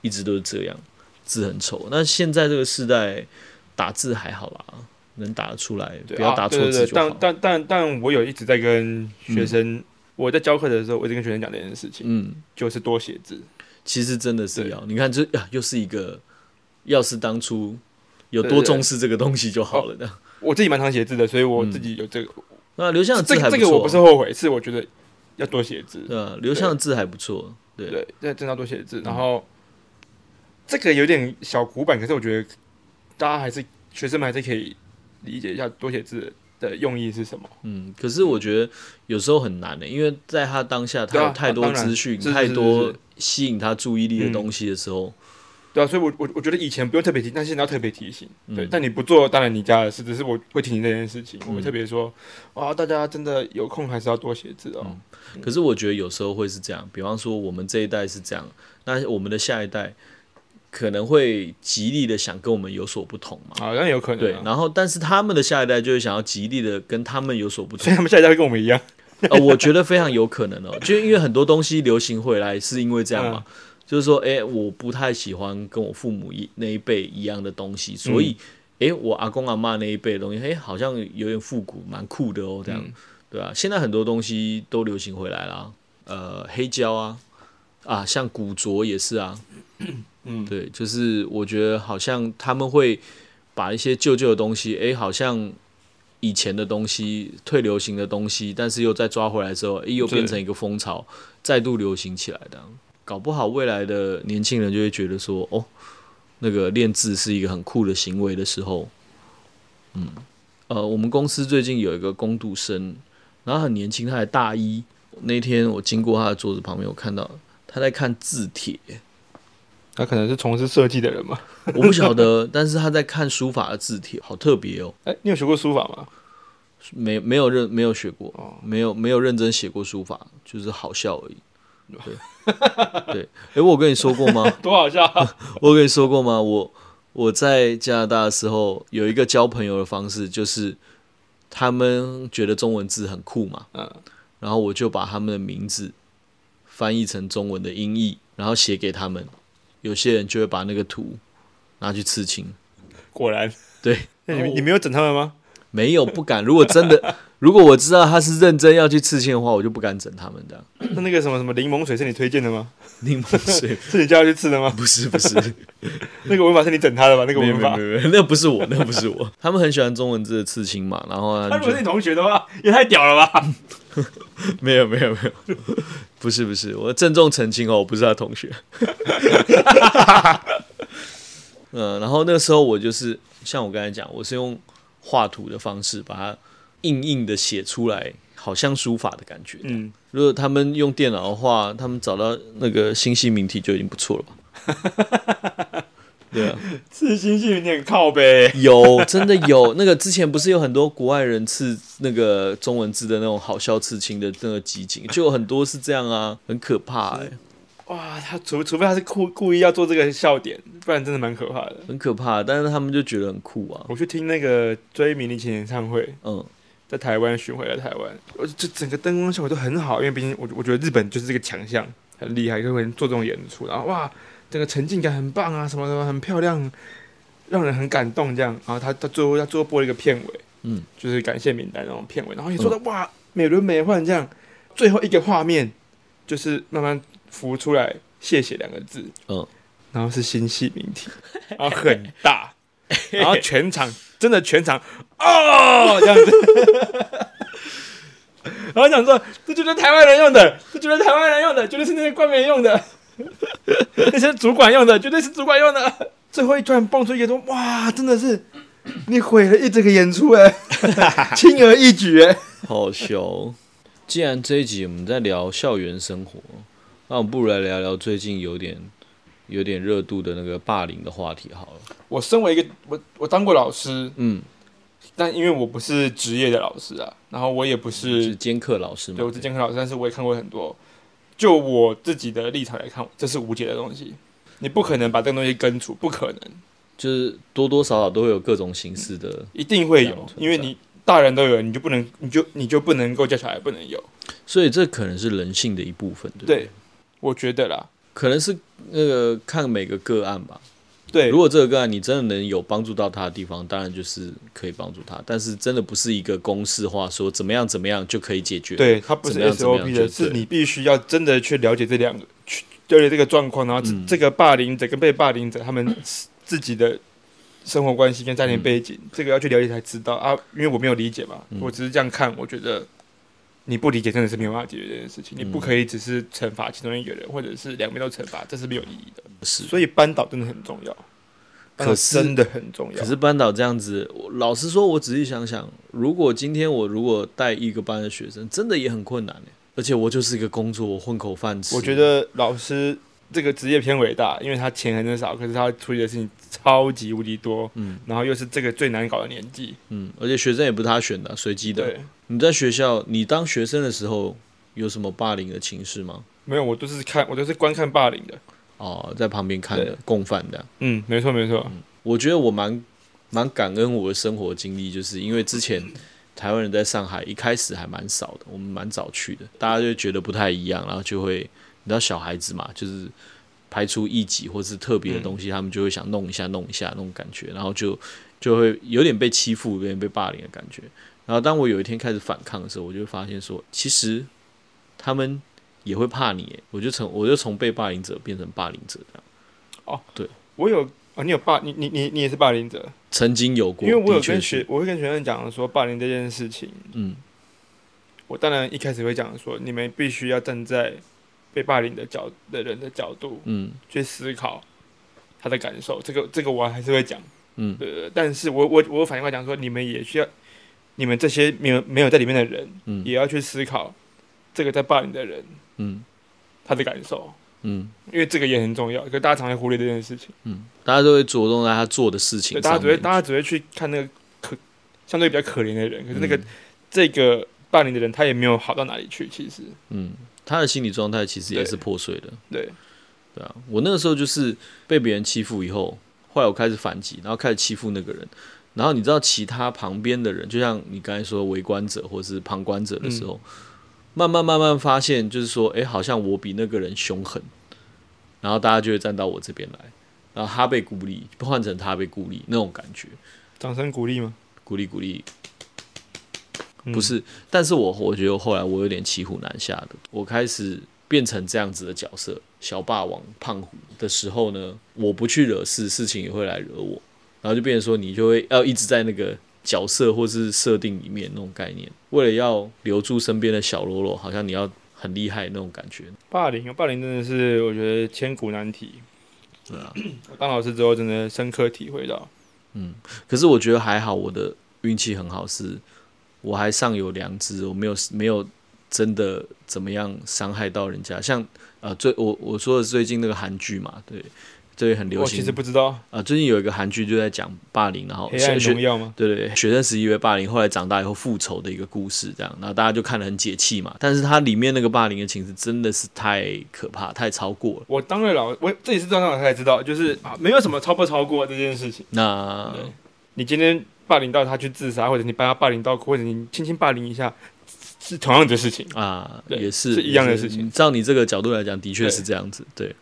Speaker 1: 一直都是这样，字很丑。那现在这个时代打字还好啦，能打得出来，
Speaker 2: 对
Speaker 1: 不要
Speaker 2: 啊
Speaker 1: 打错
Speaker 2: 对对
Speaker 1: 字
Speaker 2: 对
Speaker 1: 就好。
Speaker 2: 但但但但我有一直在跟学生，我在教课的时候，我一直跟学生讲这件事情，
Speaker 1: 嗯，
Speaker 2: 就是多写字。
Speaker 1: 其实真的是
Speaker 2: 对
Speaker 1: 要，你看这啊，又是一个，要是当初有
Speaker 2: 对
Speaker 1: 多
Speaker 2: 对
Speaker 1: 重视这个东西就好了的。
Speaker 2: 我自己蛮常写字的，所以我自己有这个。
Speaker 1: 那刘向的
Speaker 2: 这
Speaker 1: 嗯字还
Speaker 2: 个
Speaker 1: 不
Speaker 2: 这
Speaker 1: 错，哦
Speaker 2: 个我不是后悔，是我觉得要多写字。
Speaker 1: 对啊，刘向的字还不错，对，嗯
Speaker 2: 对，这真的要多写字。然后、这个有点小古板，可是我觉得大家还是学生们还是可以理解一下多写字的用意是什么。
Speaker 1: 嗯，可是我觉得有时候很难欸的、因为在他当下他
Speaker 2: 对啊
Speaker 1: 有太多
Speaker 2: 当然
Speaker 1: 资讯、
Speaker 2: 是是
Speaker 1: 太
Speaker 2: 是
Speaker 1: 多
Speaker 2: 是
Speaker 1: 吸引他注意力的东西的时候，
Speaker 2: 对啊，所以我我我觉得以前不用特别提，但现在要特别提醒。对，
Speaker 1: 嗯
Speaker 2: 但你不做，当然你家的事，只是我会提醒这件事情，我会
Speaker 1: 嗯
Speaker 2: 特别说，啊，大家真的有空还是要多写字哦。
Speaker 1: 嗯可是我觉得有时候会是这样，比方说我们这一代是这样，那我们的下一代可能会极力的想跟我们有所不同嘛，
Speaker 2: 好像有可能、
Speaker 1: 对，
Speaker 2: 啊，
Speaker 1: 然后但是他们的下一代就会想要极力的跟他们有所不同
Speaker 2: 所。以他们下一代会跟我们 一样。
Speaker 1: 哦呃，我觉得非常有可能哦，就因为很多东西流行回来是因为这样嘛。 就是说，哎、我不太喜欢跟我父母一那一辈一样的东西，所以，哎、我阿公阿妈那一辈的东西，哎、好像有点复古，蛮酷的哦，这样，对啊，现在很多东西都流行回来啦，呃，黑胶啊，啊，像古着也是啊，嗯，对，就是我觉得好像他们会把一些旧旧的东西，哎、好像。以前的东西，退流行的东西，但是又再抓回来之后，哎又变
Speaker 2: 对
Speaker 1: 成一个风潮，再度流行起来的啊。搞不好未来的年轻人就会觉得说，哦，那个练字是一个很酷的行为的时候，嗯，呃，我们公司最近有一个工读生，然后很年轻，他才大一。那天我经过他的桌子旁边，我看到他在看字帖，
Speaker 2: 他可能是从事设计的人嘛。
Speaker 1: 我不晓得，但是他在看书法的字帖，好特别哦。
Speaker 2: 哎，你有学过书法吗？
Speaker 1: 没没有认没有学过，没有没有认真写过书法，就是好笑而已。对对，诶，我有跟你说过吗？
Speaker 2: 多好笑啊！
Speaker 1: 我有跟你说过吗？我我在加拿大的时候有一个交朋友的方式，就是他们觉得中文字很酷嘛，
Speaker 2: 嗯，
Speaker 1: 然后我就把他们的名字翻译成中文的音译，然后写给他们。有些人就会把那个图拿去刺青，
Speaker 2: 果然，
Speaker 1: 对， 哦
Speaker 2: 那你你没有整他们吗？
Speaker 1: 没有不敢。如果真的， 如果我知道他是认真要去刺青的话，我就不敢整他们的。
Speaker 2: 那那个什么什么柠檬水是你推荐的吗？
Speaker 1: 柠檬水
Speaker 2: 是你叫他去吃的吗？
Speaker 1: 不是不是，
Speaker 2: 那个文法是你整他的吧？那个
Speaker 1: 没有
Speaker 2: 文
Speaker 1: 没有。
Speaker 2: 法
Speaker 1: 没有，那不是我，那不是我。他们很喜欢中文字的刺青嘛，然后
Speaker 2: 他
Speaker 1: 他们
Speaker 2: 如果
Speaker 1: 就是
Speaker 2: 你同学的话，也太屌了吧！
Speaker 1: 没有没有没有，不是不是，我郑重澄清哦，我不是他同学。 嗯，然后那个时候我就是像我刚才讲，我是用画图的方式把它硬硬的写出来，好像书法的感觉。
Speaker 2: 嗯，
Speaker 1: 如果他们用电脑的话，他们找到那个星系名体就已经不错了吧？对啊，
Speaker 2: 刺青是有点靠背。
Speaker 1: 有真的有那个之前不是有很多国外人刺那个中文字的那种好笑刺青的那个集锦，就有很多是这样啊，很可怕、欸，
Speaker 2: 哇，他除除非他是故故意要做这个笑点，不然真的蛮可怕的。
Speaker 1: 很可怕。但是他们就觉得很酷啊，
Speaker 2: 我去听那个追迷离前演唱会，
Speaker 1: 嗯，
Speaker 2: 在台湾巡回来台湾，我这整个灯光效果都很好，因为毕竟我我觉得日本就是这个强项，很厉害，就会做这种演出，然后哇，整个沉浸感很棒啊，什么什么很漂亮，让人很感动这样。然后他他最后他最后播了一个片尾，
Speaker 1: 嗯，
Speaker 2: 就是感谢名单那种片尾，然后也做的、哇美轮美奂这样，最后一个画面就是慢慢浮出来“谢谢”两个字，
Speaker 1: 嗯，
Speaker 2: 然后是星系名 体，然后很大， 然后全场真的全场哦这样子。 然后想说，这就是台湾人用的，这就是台湾人用的，绝对是那些官员用的， 那些主管用的，绝对是主管用的。最后一突然蹦出一个说：“哇，真的是你毁了一整个演出哎， 轻而易举哎。
Speaker 1: 好好笑哦。既然这一集我们在聊校园生活，那我们不如来聊聊最近有点有点热度的那个霸凌的话题好了。”
Speaker 2: 我身为一个我我当过老师，
Speaker 1: 嗯，
Speaker 2: 但因为我不是职业的老师啊，然后我也不
Speaker 1: 是
Speaker 2: 是
Speaker 1: 兼课老师嘛？
Speaker 2: 对我是监考老师，但是我也看过很多。就我自己的立场来看，这是无解的东西，你不可能把这个东西根除，不可能。
Speaker 1: 就是多多少少都会有各种形式的，
Speaker 2: 一定会
Speaker 1: 这样
Speaker 2: 有，
Speaker 1: 啊存在
Speaker 2: 因为你大人都有，你就不能，你就你就不能够叫小孩不能有。
Speaker 1: 所以这可能是人性的一部分，对不对？
Speaker 2: 对，我觉得啦，
Speaker 1: 可能是那个看每个个案吧。
Speaker 2: 对
Speaker 1: 如，果这个个案你真的能有帮助到他的地方，当然就是可以帮助他。但是真的不是一个公式化，说怎么样怎么样就可以解决。，
Speaker 2: 对，它不是
Speaker 1: 怎么样怎么样
Speaker 2: SOP
Speaker 1: 就
Speaker 2: 的，是
Speaker 1: 对
Speaker 2: 你必须要真的去了解这两个，去了解这个状况，然后这、
Speaker 1: 嗯
Speaker 2: 这个霸凌者跟被霸凌者他们自己的生活关系跟家庭背
Speaker 1: 嗯
Speaker 2: 景，这个要去了解才知道啊。因为我没有理解嘛，我只是这样看，我觉得。你不理解真的是没有办法解决这件事
Speaker 1: 嗯
Speaker 2: 情，你不可以只是惩罚其中一个人，或者是两边都惩罚，这是没有意义的。
Speaker 1: 是。
Speaker 2: 所以扳倒真的很重要，扳倒
Speaker 1: 可是
Speaker 2: 真的很重要。
Speaker 1: 可是班导这样子，我老实说，我仔细想想，如果今天我如果带一个班的学生，真的也很困难耶欸而且我就是一个工作，我混口饭吃。
Speaker 2: 我觉得老师这个职业偏伟大，因为他钱很少，可是他处理的事情超级无敌多，
Speaker 1: 嗯
Speaker 2: 然后又是这个最难搞的年纪，
Speaker 1: 嗯，而且学生也不是他选的，随机的。
Speaker 2: 对，
Speaker 1: 你在学校，你当学生的时候有什么霸凌的情势吗？
Speaker 2: 没有，我都是看，我都是观看霸凌的，
Speaker 1: 哦，在旁边看的
Speaker 2: 对
Speaker 1: 共犯的。
Speaker 2: 嗯，没错没错，
Speaker 1: 我觉得我蛮蛮感恩我的生活经历，就是因为之前台湾人在上海一开始还蛮少的，我们蛮早去的，大家就觉得不太一样，然后就会你知道小孩子嘛，就是拍出一集或是特别的
Speaker 2: 嗯
Speaker 1: 东西，他们就会想弄一下、弄一下那种感觉，然后就就会有点被欺负、有点被霸凌的感觉。然后当我有一天开始反抗的时候，我就会发现说，其实他们也会怕你耶，我就从我就从被霸凌者变成霸凌者这样。
Speaker 2: 我有啊，你有霸，你你你你也是霸凌者，
Speaker 1: 曾经有过，
Speaker 2: 因为我有
Speaker 1: 的确
Speaker 2: 跟
Speaker 1: 是
Speaker 2: 学，我会跟学生讲说霸凌这件事情，
Speaker 1: 嗯
Speaker 2: 我当然一开始会讲说，你们必须要站在被霸凌的角的人的角度
Speaker 1: 嗯
Speaker 2: 去思考他的感受，这个这个我还是会讲，
Speaker 1: 嗯
Speaker 2: 呃，但是我我我反过来讲说，你们也需要，你们这些没有没有在里面的人，
Speaker 1: 嗯
Speaker 2: 也要去思考这个在霸凌的人
Speaker 1: 嗯
Speaker 2: 他的感受，
Speaker 1: 嗯
Speaker 2: 因为这个也很重要，可是大家常会忽略这件事情，
Speaker 1: 嗯，大家都会着重在他做的事情
Speaker 2: 对，
Speaker 1: 上
Speaker 2: 大家只会
Speaker 1: 面。
Speaker 2: 大家只会去看那个可相对比较可怜的人，可是那个、
Speaker 1: 嗯
Speaker 2: 这个霸凌的人他也没有好到哪里去，其实
Speaker 1: 嗯，他的心理状态其实也是破碎的。
Speaker 2: 对，
Speaker 1: 对啊，我那个时候就是被别人欺负以后，后来我开始反击，然后开始欺负那个人。然后你知道其他旁边的人，就像你刚才说围观者或是旁观者的时候，慢慢慢慢发现，就是说，哎，好像我比那个人凶狠，然后大家就会站到我这边来，然后他被孤立，换成他被孤立那种感觉，
Speaker 2: 掌声鼓励吗？
Speaker 1: 鼓励鼓励
Speaker 2: 嗯
Speaker 1: 不是，但是我我觉得后来我有点骑虎难下的，我开始变成这样子的角色，小霸王胖虎的时候呢，我不去惹事，事情也会来惹我，然后就变成说你就会要一直在那个角色或是设定里面那种概念，为了要留住身边的小喽啰，好像你要很厉害那种感觉，
Speaker 2: 霸凌，霸凌真的是我觉得千古难题。
Speaker 1: 对啊。
Speaker 2: 我当老师之后，真的深刻体会到，
Speaker 1: 可是我觉得还好，我的运气很好，是我还尚有良知，我没有没有真的怎么样伤害到人家。像呃，最我我说的最近那个韩剧嘛，对，对，很流
Speaker 2: 我其
Speaker 1: 行
Speaker 2: 实不知道
Speaker 1: 啊、最近有一个韩剧就在讲霸凌，然后
Speaker 2: 黑暗
Speaker 1: 学
Speaker 2: 荣
Speaker 1: 学
Speaker 2: 耀吗？
Speaker 1: 对对对学生时期被霸凌，后来长大以后复仇的一个故事，这样，然后大家就看得很解气嘛。但是它里面那个霸凌的情节真的是太可怕，太超过了。
Speaker 2: 我当了老，我这也是当了老师才知道，就是啊没有什么超不超过这件事情。
Speaker 1: 那
Speaker 2: 对你今天霸凌到他去自杀，或者你把他霸凌到哭，或者你轻轻霸凌一下，是同样的事情，
Speaker 1: 啊，
Speaker 2: 对
Speaker 1: 也是
Speaker 2: 是一样的
Speaker 1: 也是
Speaker 2: 事情
Speaker 1: 你照你这个角度来讲，的确
Speaker 2: 对
Speaker 1: 是这样子，对。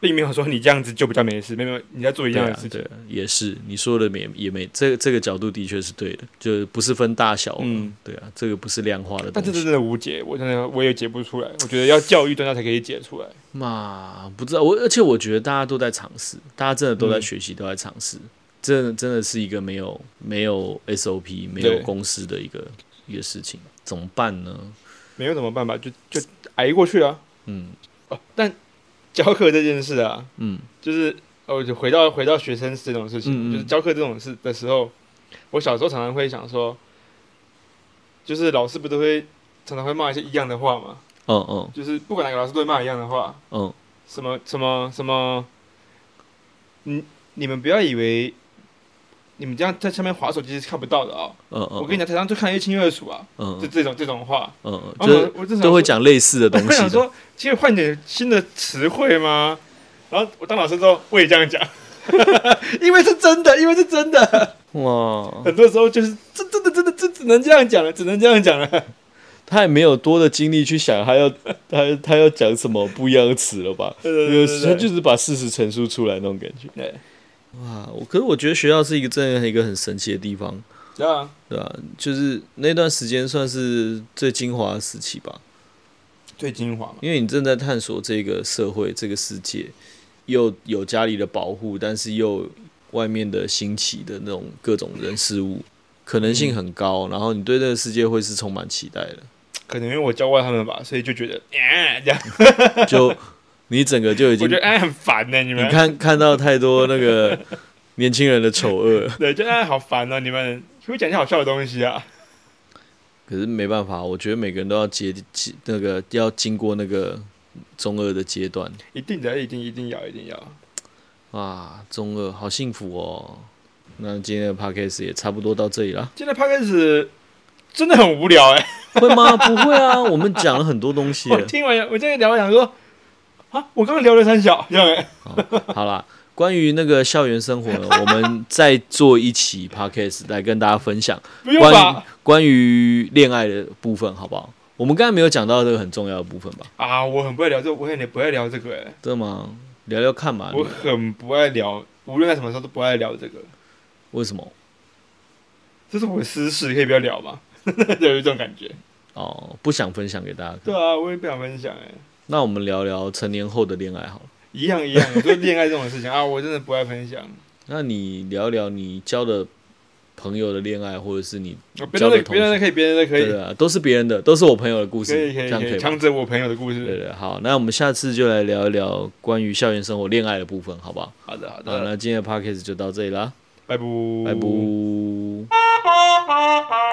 Speaker 2: 并没有说你这样子就比较没事，没有，你在做一
Speaker 1: 对
Speaker 2: 样
Speaker 1: 啊，
Speaker 2: 的事情。
Speaker 1: 对啊也是你说的没也没这个这个角度的确是对的，就是不是分大小，
Speaker 2: 嗯，啊
Speaker 1: 对啊，这个不是量化的
Speaker 2: 但这
Speaker 1: 东
Speaker 2: 真
Speaker 1: 西。
Speaker 2: 的无解，我真的我也解不出来。我觉得要教育专家才可以解出来。
Speaker 1: 嘛，不知道我，而且我觉得大家都在尝试，大家真的都在
Speaker 2: 嗯
Speaker 1: 学习，都在尝试，真的真的是一个没有没有 SOP、没有
Speaker 2: 对
Speaker 1: 公式的一个一个事情，怎么办呢？
Speaker 2: 没有什么办法，就就挨过去啊。
Speaker 1: 嗯
Speaker 2: 哦，但教课这件事啊，
Speaker 1: 嗯
Speaker 2: 就是哦，就回到回到学生这种事情，
Speaker 1: 嗯嗯
Speaker 2: 就是教课这种事的时候，我小时候常常会想说，就是老师不都会常常会骂一些一样的话嘛，
Speaker 1: 嗯嗯
Speaker 2: 就是不管哪个老师都会骂一样的话，
Speaker 1: 嗯
Speaker 2: 什么什么什么，你你们不要以为你们这样在下面划手机是看不到的啊、
Speaker 1: 嗯嗯，
Speaker 2: 我跟你讲，台上就看一清二楚啊，
Speaker 1: 嗯
Speaker 2: 就
Speaker 1: 嗯
Speaker 2: 这种这种话，
Speaker 1: 嗯，
Speaker 2: 然
Speaker 1: 就
Speaker 2: 后
Speaker 1: 是
Speaker 2: 我我就想
Speaker 1: 都会
Speaker 2: 说
Speaker 1: 讲类似的东
Speaker 2: 我想
Speaker 1: 西的，
Speaker 2: 说，其实换点新的词汇吗？然后我当老师之后，我也这样讲， 因为是真的，因为是真的，
Speaker 1: 哇，
Speaker 2: 很多时候就是这真的真的这只能这样讲了，只能这样讲了。
Speaker 1: 他也没有多的精力去想他要 他他要讲什么不一样的词了吧？
Speaker 2: 对对
Speaker 1: 有
Speaker 2: 对
Speaker 1: 时
Speaker 2: 对
Speaker 1: 他
Speaker 2: 对
Speaker 1: 就是把事实陈述出来那种感觉。
Speaker 2: 对，
Speaker 1: 哇，我可是我觉得学校是一个真的一个很神奇的地方，
Speaker 2: 对啊，
Speaker 1: 对吧、就是那段时间算是最精华的时期吧，
Speaker 2: 最精华嘛。
Speaker 1: 因为你正在探索这个社会、这个世界，又有家里的保护，但是又外面的新奇的那种各种人事物，可能性很高，然后你对这个世界会是充满期待的。
Speaker 2: 可能因为我教坏他们吧，所以就觉得，哎、这样，
Speaker 1: 就 你整个就已
Speaker 2: 我
Speaker 1: 经
Speaker 2: 觉得哎、很烦呢、你
Speaker 1: 你
Speaker 2: 们。
Speaker 1: 看看到太多那个年轻人的丑恶，
Speaker 2: 对，就哎、好烦哦、你们可不可以讲一些好笑的东西啊？
Speaker 1: 可是没办法，我觉得每个人都要接接那个要经过那个中二的阶段
Speaker 2: 一定的，一定一定要一定要。
Speaker 1: 啊，中二好幸福哦。那今天的 podcast 也差不多到这 里啦，
Speaker 2: 今天 p 开始真的很无聊哎、
Speaker 1: 会吗？不会啊，我们讲了很多东西
Speaker 2: 我
Speaker 1: 耶。
Speaker 2: 听完我这个聊，我想说，啊，我刚刚聊了三小，这样哎、
Speaker 1: 哦好啦，关于那个校园生活 呢，我们再做一期 podcast 来跟大家分享。
Speaker 2: 不用
Speaker 1: 关于
Speaker 2: 吧？
Speaker 1: 关于恋爱的部分，好不好？我们刚才没有讲到这个很重要的部分吧？
Speaker 2: 啊，我很不会聊这，我也不会聊这个哎、
Speaker 1: 真的吗？聊聊看嘛。
Speaker 2: 我很不爱聊，无论在什么时候都不爱聊这个，
Speaker 1: 为什么？
Speaker 2: 这是我的私事，可以不要聊吗？ 有一种感觉。
Speaker 1: 哦，不想分享给大家看。
Speaker 2: 对啊，我也不想分享哎、
Speaker 1: 那我们聊聊成年后的恋爱好了。
Speaker 2: 一样一样， 我说恋爱这种事情啊，我真的不爱分享。
Speaker 1: 那你聊聊你交的朋友的恋爱，或者是你
Speaker 2: 啊别人
Speaker 1: 交给
Speaker 2: 的
Speaker 1: 同事
Speaker 2: 别人的可以，别人的可以，
Speaker 1: 对啊，都是别人的，都是我朋友的故事，
Speaker 2: 可以可
Speaker 1: 这
Speaker 2: 以
Speaker 1: 样
Speaker 2: 可
Speaker 1: 可
Speaker 2: 以，
Speaker 1: 以吧
Speaker 2: 强？者我朋友的故
Speaker 1: 对
Speaker 2: 事。
Speaker 1: 对，好，那我们下次就来聊一聊关于校园生活、恋爱的部分，好不好？
Speaker 2: 好的好
Speaker 1: 好，
Speaker 2: 的，
Speaker 1: 那今天的 podcast 就到这里啦，
Speaker 2: 拜拜
Speaker 1: 拜拜。